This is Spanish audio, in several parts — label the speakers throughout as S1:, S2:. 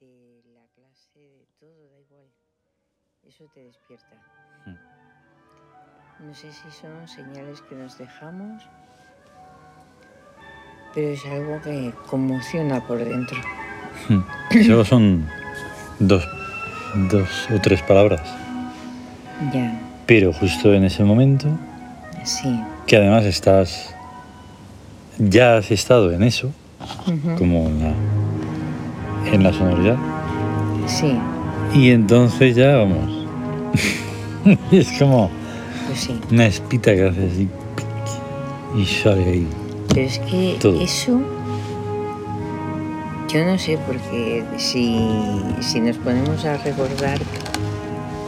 S1: la clase, de todo, da igual. Eso te despierta.
S2: Hmm.
S1: No sé si son señales que nos dejamos, pero es algo que conmociona por dentro.
S2: Hmm. Solo son dos, dos o tres palabras.
S1: Ya,
S2: Pero justo en ese momento,
S1: sí.
S2: que además estás. Ya has estado en eso,
S1: Ujú.
S2: como en la, en la sonoridad.
S1: Sí,
S2: Y entonces ya vamos. es como
S1: pues sí.
S2: una espita que haces así. Y sale ahí.
S1: Pero es que
S2: Todo.
S1: eso, yo no sé, porque si, si nos ponemos a recordar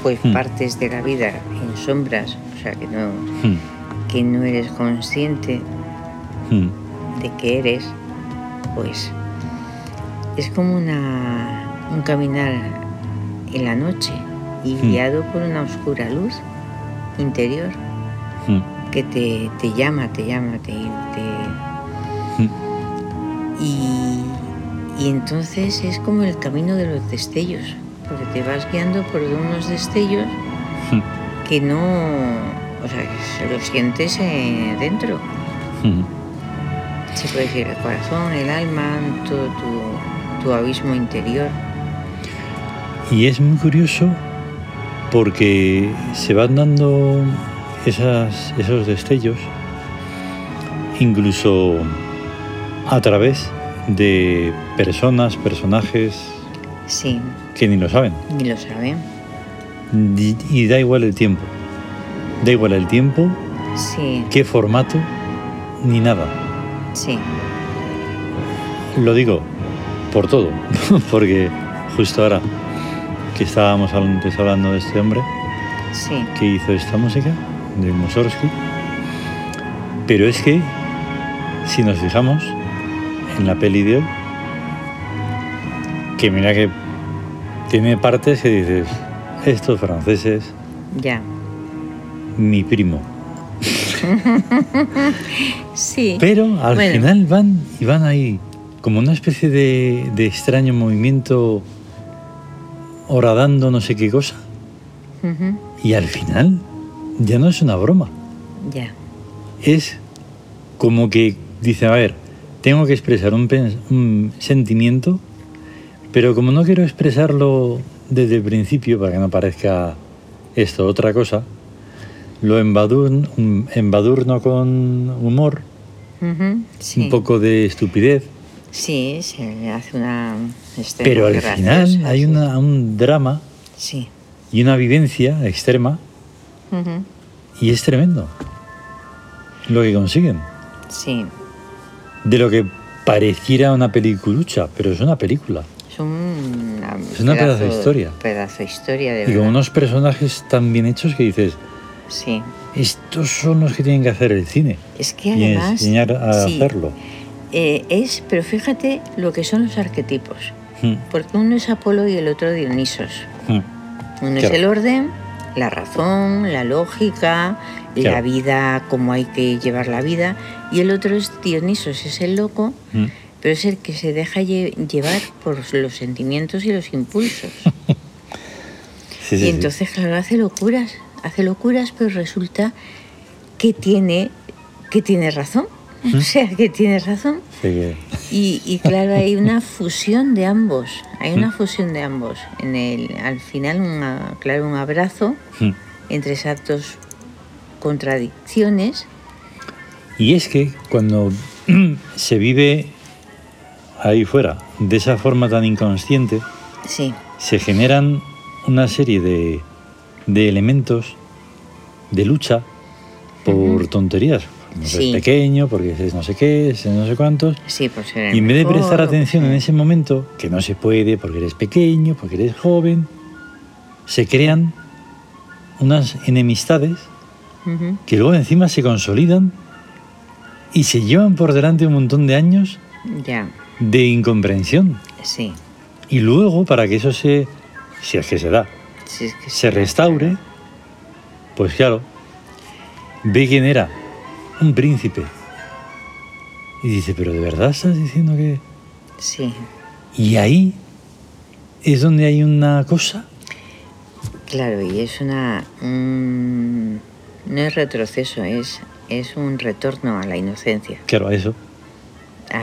S1: pues
S2: Hmm.
S1: partes de la vida en sombras, o sea que no,
S2: Hmm,
S1: que no eres consciente
S2: hmm,
S1: de que eres, pues es como una, un caminar en la noche y
S2: Hmm.
S1: guiado por una oscura luz interior
S2: hmm,
S1: que te, te llama, te llama, te, te,
S2: hmm.
S1: Y, y entonces es como el camino de los destellos, porque te vas guiando por unos destellos
S2: Hmm.
S1: que no, o sea, que se lo sientes eh, dentro.
S2: Hmm.
S1: Se puede decir el corazón, el alma, todo tu, tu abismo interior.
S2: Y es muy curioso porque se van dando esas- esos destellos incluso a través de personas, personajes
S1: Sí,
S2: que ni lo saben.
S1: ni lo saben.
S2: Y, y da igual el tiempo. Da igual el tiempo,
S1: Sí,
S2: qué formato, ni nada.
S1: sí,
S2: Lo digo por todo, porque justo ahora que estábamos antes hablando de este hombre,
S1: sí,
S2: que hizo esta música de Mussorgsky. Pero es que, si nos fijamos en la peli de hoy, que mira que tiene partes que dices, estos franceses,
S1: ya.
S2: mi primo.
S1: Sí,
S2: Pero al
S1: Bueno.
S2: final van y van ahí, como una especie de, de extraño movimiento horadando no sé qué cosa.
S1: ujú,
S2: Y al final ya no es una broma.
S1: ya,
S2: es como que dice, a ver, tengo que expresar un, pens- un sentimiento, pero como no quiero expresarlo desde el principio para que no parezca esto otra cosa, lo embadurn- um, embadurno con humor,
S1: ujú, sí.
S2: un poco de estupidez,
S1: Sí, se hace una. escena
S2: pero al
S1: graciosa,
S2: final hay
S1: sí.
S2: una- un drama
S1: Sí.
S2: y una vivencia extrema
S1: ujú.
S2: y es tremendo lo que consiguen.
S1: Sí,
S2: De lo que pareciera una peliculucha, pero es una película.
S1: es un una
S2: Es una pedazo de historia.
S1: Pedazo de historia, de
S2: Y con
S1: verdad.
S2: unos personajes tan bien hechos que dices,
S1: Sí.
S2: estos son los que tienen que hacer el cine
S1: Es que
S2: y
S1: además.
S2: enseñar a
S1: sí,
S2: hacerlo.
S1: eh, es, pero fíjate lo que son los arquetipos.
S2: Mm,
S1: Porque uno es Apolo y el otro Dionisos.
S2: mm,
S1: Uno es
S2: Claro.
S1: el orden, la razón, la lógica, la
S2: Claro.
S1: vida, cómo hay que llevar la vida. Y el otro es Dionisos, es el loco,
S2: mm.
S1: pero es el que se deja lle- llevar por los sentimientos y los impulsos.
S2: Sí, sí,
S1: y
S2: sí.
S1: entonces, claro, hace locuras, hace locuras, pero resulta que tiene, que tiene razón. O sea, que tiene razón.
S2: Así que-
S1: Y, y claro, hay una fusión de ambos. Hay una fusión de ambos. En el, al final, una- claro, un abrazo
S2: Mm.
S1: entre esas dos contradicciones.
S2: Y es que cuando se vive ahí fuera de esa forma tan inconsciente,
S1: Sí,
S2: se generan una serie de, de elementos de lucha por
S1: Ujú.
S2: tonterías. No sé,
S1: Sí.
S2: es pequeño, porque es no sé qué, es no sé cuántos.
S1: sí, por ser el
S2: Y en vez de
S1: mejor,
S2: prestar
S1: o-
S2: atención en ese momento, que no se puede porque eres pequeño, porque eres joven, se crean unas enemistades
S1: Ujú,
S2: que luego encima se consolidan y se llevan por delante un montón de años
S1: Ya,
S2: de incomprensión.
S1: sí.
S2: Y luego, para que eso se, si es que se da,
S1: sí, es que sí,
S2: se restaure, pues claro, ve quién era, un príncipe. Y dice, pero ¿de verdad estás diciendo que...?
S1: Sí,
S2: Y ahí es donde hay una cosa.
S1: Claro, y es una. un- no es retroceso, es, es un retorno a la inocencia.
S2: Claro, a eso.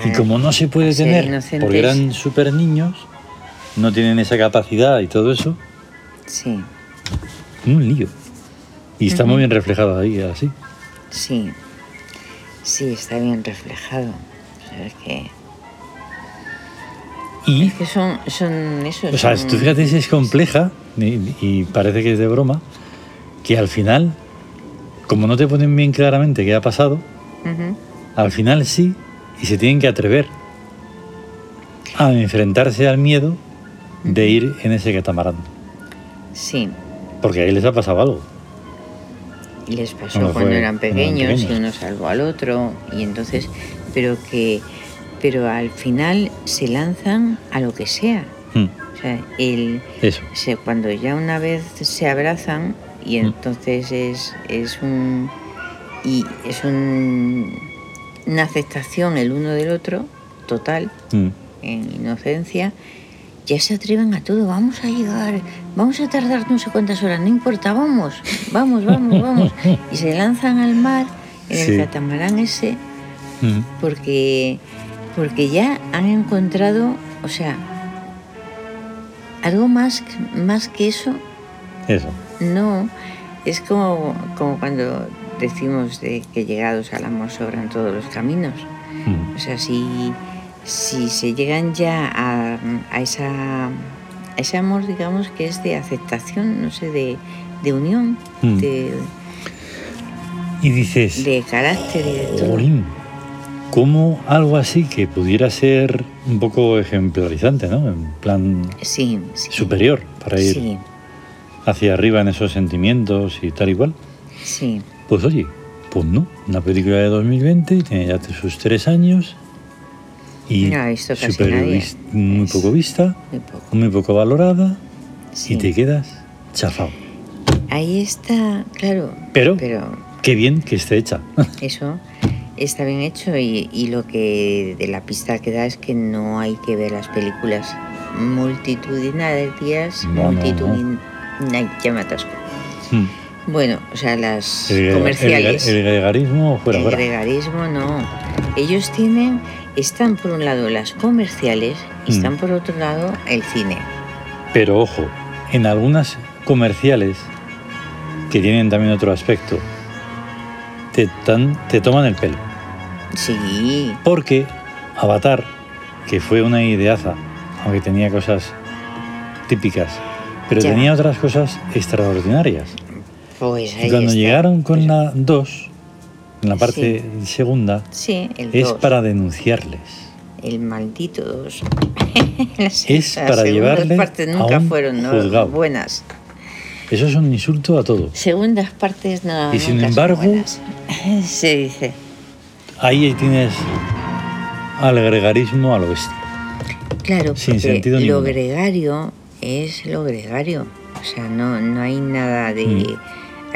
S2: Y
S1: a-
S2: como no se puede
S1: a ser
S2: tener,
S1: Ah. inocentes.
S2: porque eran super niños, no tienen esa capacidad y todo eso,
S1: Sí,
S2: un lío. Y está
S1: Ujú.
S2: muy bien reflejado ahí, así.
S1: sí. Sí, está bien reflejado. O sea, es que,
S2: Y,
S1: es que son, son esos.
S2: o sea,
S1: son-
S2: tú fíjate si es compleja, y, y parece que es de broma, que al final, como no te ponen bien claramente qué ha pasado,
S1: Ujú.
S2: al final sí, y se tienen que atrever a enfrentarse al miedo de ir en ese catamarán.
S1: Sí,
S2: Porque ahí les ha pasado algo.
S1: y les pasó
S2: Cuando
S1: cuando
S2: fue-
S1: eran
S2: cuando eran
S1: pequeños, y
S2: pequeños.
S1: uno salvó al otro, y entonces, pero que, pero al final se lanzan a lo que sea.
S2: Mm,
S1: O sea, el,
S2: Eso.
S1: se- cuando ya una vez se abrazan y
S2: Mm.
S1: entonces es, es un y es un- una aceptación el uno del otro total
S2: Mm.
S1: en inocencia ya se atreven a todo vamos a llegar vamos a tardar no sé cuántas horas no importa vamos vamos vamos vamos y se lanzan al mar en el
S2: Sí.
S1: catamarán ese
S2: Mm.
S1: porque porque ya han encontrado o sea algo más más que eso
S2: Eso.
S1: no es como como cuando decimos de que llegados al amor sobran todos los caminos
S2: Mm.
S1: o sea si si se llegan ya a, a esa a ese amor digamos que es de aceptación no sé de, de unión
S2: Mm.
S1: de,
S2: Y dices,
S1: de carácter y de
S2: Oh,
S1: todo
S2: "Jolín, ¿cómo algo así que pudiera ser un poco ejemplarizante, ¿no? En plan
S1: sí, sí
S2: superior para ir
S1: sí
S2: hacia arriba en esos sentimientos y tal igual?
S1: sí
S2: Pues oye, pues no. Una película de 2020, tiene ya sus tres años y
S1: No la ha visto casi
S2: súper
S1: nadie.
S2: vis- muy
S1: Es-
S2: poco vista,
S1: muy poco
S2: muy poco valorada
S1: sí.
S2: y te quedas chafado.
S1: Ahí está, claro.
S2: Pero-
S1: Pero
S2: Qué bien que esté hecha.
S1: eso está bien hecho y, y lo que de la pista que da es que no hay que ver las películas multitudinarias,
S2: No, no, no.
S1: multitudin... Ay, ya me atasco.
S2: Mm.
S1: Bueno, o sea, las
S2: El, grega-
S1: comerciales.
S2: el, grega- el gregarismo fuera,
S1: El
S2: fuera.
S1: gregarismo no. Ellos tienen, están por un lado las comerciales y
S2: Mm.
S1: están por otro lado el cine.
S2: Pero ojo, en algunas comerciales que tienen también otro aspecto, te, tan- te toman el pelo.
S1: Sí,
S2: Porque Avatar, que fue una ideaza, aunque tenía cosas típicas, pero
S1: Ya.
S2: tenía otras cosas extraordinarias.
S1: pues ahí
S2: Y cuando
S1: está.
S2: llegaron con la 2, en la parte segunda,
S1: Sí, el
S2: es
S1: dos.
S2: para denunciarles.
S1: El maldito 2.
S2: Es para llevarle
S1: partes
S2: a
S1: nunca
S2: un
S1: fueron ¿no?
S2: juzgado.
S1: buenas.
S2: Eso es un insulto a todo.
S1: Segundas partes no.
S2: Y sin
S1: nunca son
S2: embargo-
S1: buenas. se dice.
S2: Ahí tienes al gregarismo al oeste.
S1: Claro,
S2: Sin
S1: porque
S2: sentido
S1: lo
S2: ninguno.
S1: gregario es lo gregario. O sea, no, no hay nada de
S2: Mm.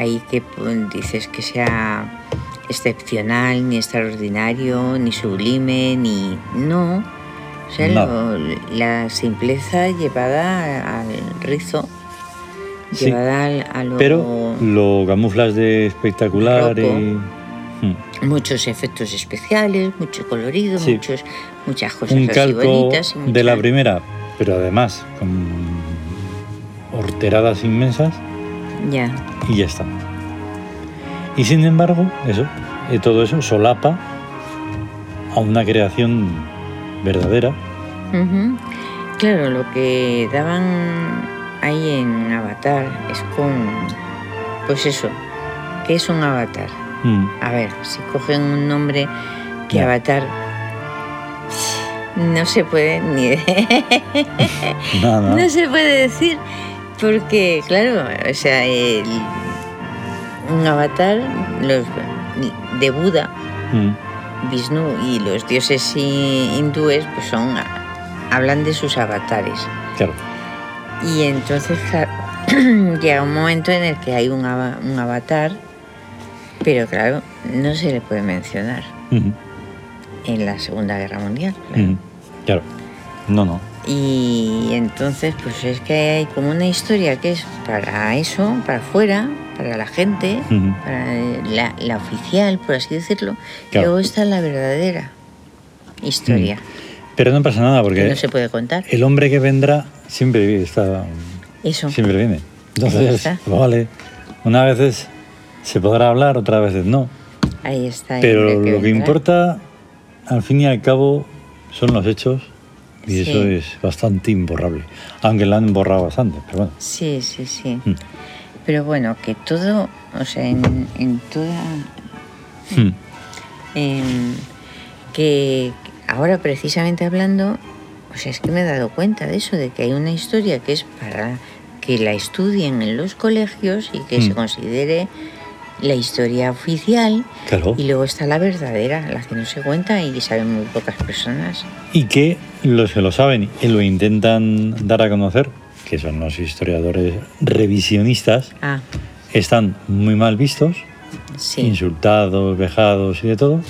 S1: ahí que pues, dices que sea excepcional, ni extraordinario, ni sublime, ni. No. O sea,
S2: Nada.
S1: lo- la simpleza llevada al rizo,
S2: Sí,
S1: llevada al- a lo.
S2: Pero lo camuflas de espectacular y. Mm.
S1: Muchos efectos especiales, mucho colorido,
S2: Sí.
S1: muchos, muchas cosas
S2: Un
S1: pues así
S2: calco
S1: bonitas. y
S2: de
S1: muchas-
S2: la primera, pero además con horteradas inmensas
S1: Ya.
S2: y ya está. Y sin embargo, eso, eh, todo eso solapa a una creación verdadera.
S1: Ujú. Claro, lo que daban ahí en Avatar es con. Pues eso, ¿qué es un avatar?
S2: Mm.
S1: A ver, si cogen un nombre que
S2: Ya.
S1: Avatar no se puede ni.
S2: Nada.
S1: no se puede decir, porque, claro, o sea, el- un avatar los, de Buda,
S2: Mm.
S1: Vishnu y los dioses hi- hindúes, pues son. hablan de sus avatares.
S2: Claro.
S1: Y entonces claro, llega un momento en el que hay un, ava- un avatar, pero claro, no se le puede mencionar
S2: Ujú, Mm.
S1: en la Segunda Guerra Mundial. claro.
S2: ujú. Claro. hmm, No, no.
S1: Y entonces, pues es que hay como una historia que es para eso, para afuera, para la gente,
S2: Ujú.
S1: para la, la oficial, por así decirlo. Y
S2: Claro. Mm.
S1: Luego está la verdadera historia,
S2: Pero no pasa nada
S1: que
S2: porque
S1: no se puede contar.
S2: el hombre que vendrá siempre está,
S1: Eso.
S2: siempre viene.
S1: Ahí
S2: Entonces,
S1: está.
S2: vale, una veces se podrá hablar, otras veces no.
S1: Ahí está. el
S2: Pero
S1: hombre
S2: lo que
S1: vendrá.
S2: importa, al fin y al cabo, son los hechos y
S1: Sí.
S2: eso es bastante imborrable. Aunque la han borrado bastante, pero bueno.
S1: Sí, sí, sí.
S2: Mm.
S1: Pero bueno, que todo, o sea, en, en toda
S2: Hmm.
S1: em, que ahora precisamente hablando, o sea, es que me he dado cuenta de eso, de que hay una historia que es para que la estudien en los colegios y que
S2: Mm.
S1: se considere la historia oficial
S2: Claro.
S1: y luego está la verdadera, la que no se cuenta y que saben muy pocas personas.
S2: Y que los que lo saben y lo intentan dar a conocer, que son los historiadores revisionistas,
S1: Ah,
S2: están muy mal vistos,
S1: sí,
S2: insultados, vejados y de todo,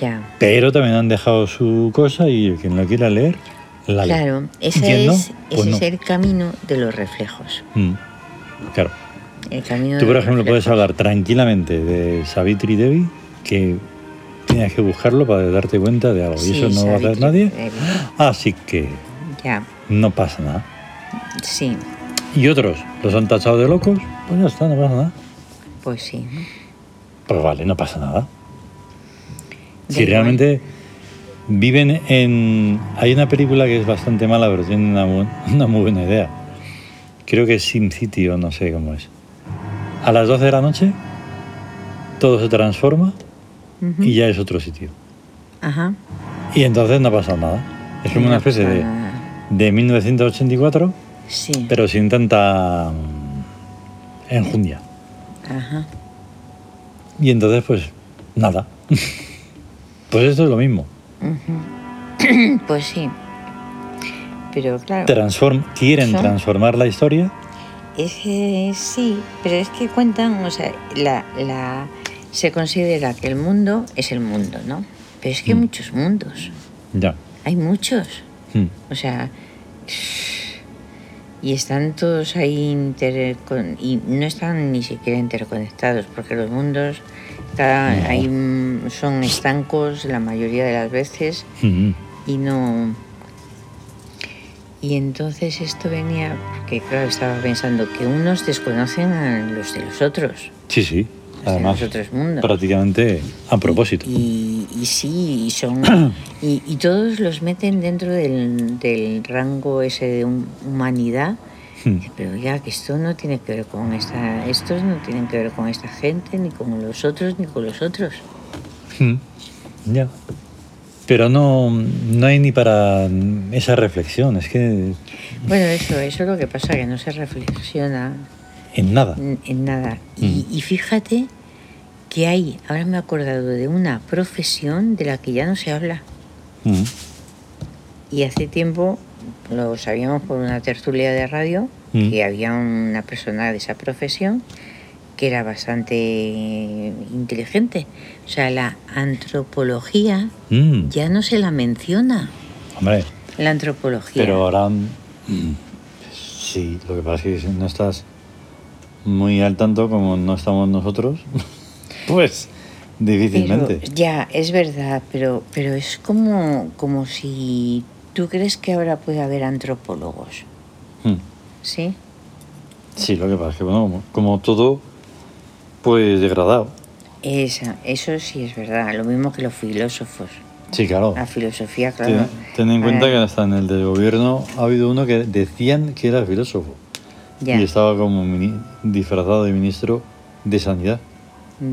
S1: ya.
S2: pero también han dejado su cosa y quien lo quiera leer, la lee.
S1: Claro, ese,
S2: ¿Entiendo?
S1: es,
S2: Pues
S1: ese
S2: no.
S1: es el camino de los reflejos.
S2: Mm, claro.
S1: El camino
S2: Tú,
S1: de
S2: por
S1: los
S2: ejemplo, puedes
S1: reflejos.
S2: hablar tranquilamente de Savitri Devi, que tienes que buscarlo para darte cuenta de algo.
S1: Sí,
S2: y eso no va a hacer
S1: Savitri
S2: nadie.
S1: Devi.
S2: Así que
S1: Ya,
S2: no pasa nada.
S1: sí,
S2: Y otros los han tachado de locos, pues ya está, no pasa nada.
S1: pues sí.
S2: Pues vale, no pasa nada.
S1: Da
S2: Si
S1: igual.
S2: realmente viven en... Hay una película que es bastante mala, pero tiene una, bu- una muy buena idea. Creo que es Sim City o no sé cómo es. A las 12 de la noche todo se transforma
S1: Ujú.
S2: y ya es otro sitio.
S1: Ajá.
S2: Y entonces no pasa nada. Es como una especie de,
S1: Ah,
S2: de 1984,
S1: Sí.
S2: pero sin tanta mm, enjundia.
S1: Ajá.
S2: Y entonces, pues, nada. pues esto es lo mismo.
S1: Ujú. pues sí. Pero claro,
S2: Transform, quieren
S1: Son-
S2: transformar la historia.
S1: es que sí, pero es que cuentan, o sea, la, la, se considera que el mundo es el mundo, ¿no? Pero es que hay
S2: Mm.
S1: muchos mundos,
S2: Ya.
S1: hay muchos,
S2: Mm.
S1: o sea, y están todos ahí intercon y no están ni siquiera interconectados, porque los mundos cada,
S2: No.
S1: hay un- son estancos la mayoría de las veces.
S2: Mm.
S1: y no y entonces esto venía porque claro estaba pensando que unos desconocen a los de los otros
S2: Sí, sí.
S1: los
S2: Además,
S1: de los otros mundos
S2: prácticamente a propósito.
S1: y, y sí y son y, y todos los meten dentro del, del rango ese de hum- humanidad
S2: Mm.
S1: pero ya que esto no tiene que ver con esta estos no tienen que ver con esta gente ni con los otros ni con los otros
S2: Mm. Ya. Pero no, no hay ni para mm, esa reflexión. Es que
S1: bueno eso eso es lo que pasa que no se reflexiona
S2: en nada.
S1: en en nada. Y, y fíjate que hay, ahora me he acordado de una profesión de la que ya no se habla.
S2: Mm.
S1: Y hace tiempo lo sabíamos por una tertulia de radio
S2: Mm.
S1: que había una persona de esa profesión que era bastante inteligente. O sea, la antropología
S2: Mm.
S1: ya no se la menciona.
S2: Hombre.
S1: La antropología.
S2: Pero ahora mm, sí, lo que pasa es que si no estás muy al tanto como no estamos nosotros, pues
S1: Pero,
S2: difícilmente.
S1: ya, es verdad, pero, pero es como, como si tú crees que ahora puede haber antropólogos,
S2: Mm.
S1: ¿sí?
S2: Sí, lo que pasa es que bueno, como, como todo, pues degradado.
S1: Esa, eso sí es verdad, lo mismo que los filósofos.
S2: Sí, claro.
S1: La filosofía, Ah, claro.
S2: Oh. Ten, ten en cuenta que
S1: ahora-
S2: hasta en el del gobierno ha habido uno que decían que era filósofo
S1: Ya,
S2: y estaba como mini- disfrazado de ministro de sanidad.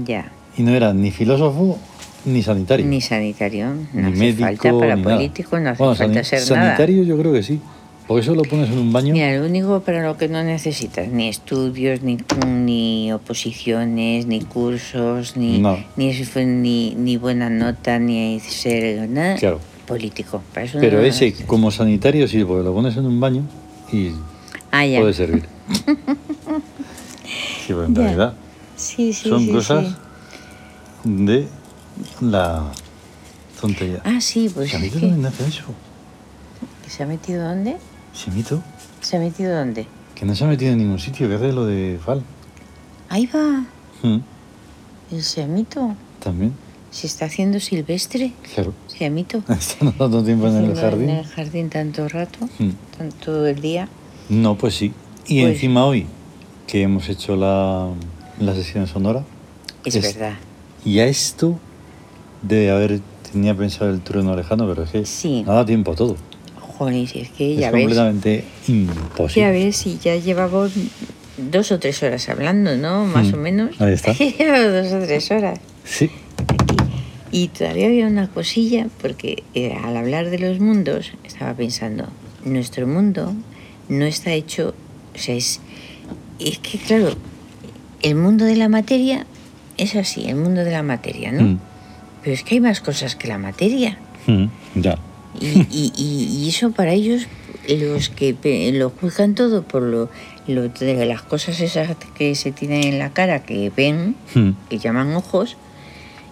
S1: ya.
S2: Y no era ni filósofo ni sanitario.
S1: Ni sanitario, no
S2: ni
S1: hace
S2: médico,
S1: falta para
S2: ni nada.
S1: político, no hace
S2: Bueno,
S1: falta
S2: sani-
S1: ser
S2: sanitario yo creo que sí. Porque eso lo pones en un baño.
S1: nada. Mira, lo único para lo que no necesitas, ni estudios, ni, ni oposiciones, ni cursos, ni,
S2: No.
S1: ni, eso- ni, ni buena nota, ni ser nada
S2: Claro.
S1: político. Para eso
S2: Pero
S1: no-
S2: ese como sanitario sí, porque lo pones en un baño y
S1: Ah, ya.
S2: puede servir. sí, pero en
S1: Ya.
S2: realidad
S1: Sí, sí,
S2: son
S1: sí,
S2: cosas
S1: sí.
S2: de la tontería.
S1: Ah, sí, pues
S2: Que a mí
S1: es que-
S2: también me hace eso.
S1: ¿Que se ha metido dónde?
S2: ¿Se mito?
S1: ¿Se ha metido dónde?
S2: Que no se ha metido en ningún sitio, que hace lo de Fal.
S1: Ahí va, Hmm.
S2: Mm,
S1: el siamito.
S2: También,
S1: Se está haciendo silvestre,
S2: claro.
S1: siamito.
S2: Están dando tiempo en el
S1: Encima En
S2: jardín.
S1: el jardín tanto rato,
S2: Mm.
S1: tan- todo el día.
S2: No, pues sí. Y
S1: Pues-
S2: encima hoy, que hemos hecho la, la sesión sonora,
S1: Es,
S2: Es-
S1: verdad.
S2: y a esto de haber, tenía pensado el trueno lejano, pero es que
S1: Sí.
S2: no da tiempo a todo.
S1: Joder, si es que
S2: Es
S1: ya ves.
S2: completamente imposible.
S1: Ya ves, y ya llevamos dos o tres horas hablando, ¿no? Más
S2: Mm,
S1: o menos.
S2: ahí está.
S1: Llevamos dos o tres horas.
S2: Sí,
S1: aquí. Y todavía había una cosilla, porque eh, al hablar de los mundos, estaba pensando, nuestro mundo no está hecho, o sea, es, es que claro, el mundo de la materia es así, el mundo de la materia, ¿no?
S2: Mm,
S1: Pero es que hay más cosas que la materia.
S2: mm, ya.
S1: Y, y- y- y eso para ellos, los que pe- lo juzgan todo por lo, lo de las cosas esas que se tienen en la cara, que ven,
S2: Mm,
S1: que llaman ojos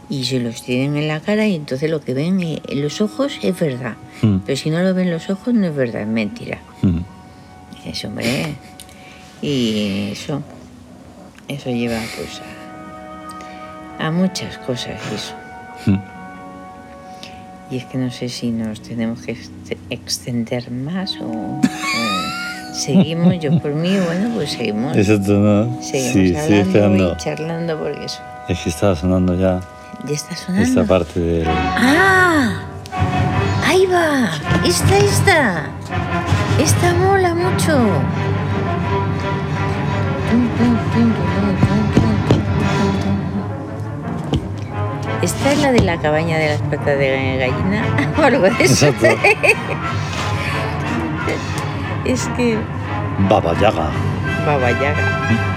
S1: y se los tienen en la cara y entonces lo que ven eh, en los ojos es verdad.
S2: mm,
S1: Pero si no lo ven los ojos no es verdad, es mentira.
S2: mm.
S1: Es hombre. Y eso, eso lleva pues a, a muchas cosas eso.
S2: Mm.
S1: Y es que no sé si nos tenemos que ex- extender más o, o seguimos. Yo por mí, bueno, pues seguimos.
S2: Exacto, ¿no?
S1: Seguimos
S2: Sí, estoy
S1: hablando
S2: esperando.
S1: y charlando porque eso
S2: Es que estaba sonando ya
S1: ya está sonando.
S2: esta parte del...
S1: ¡Ah! ¡Ahí va! ¡Esta, esta! ¡Esta mola mucho! Esta es la de la cabaña de las patas de gallina o algo de eso.
S2: Exacto.
S1: Es que.
S2: Baba Yaga.
S1: Baba Yaga.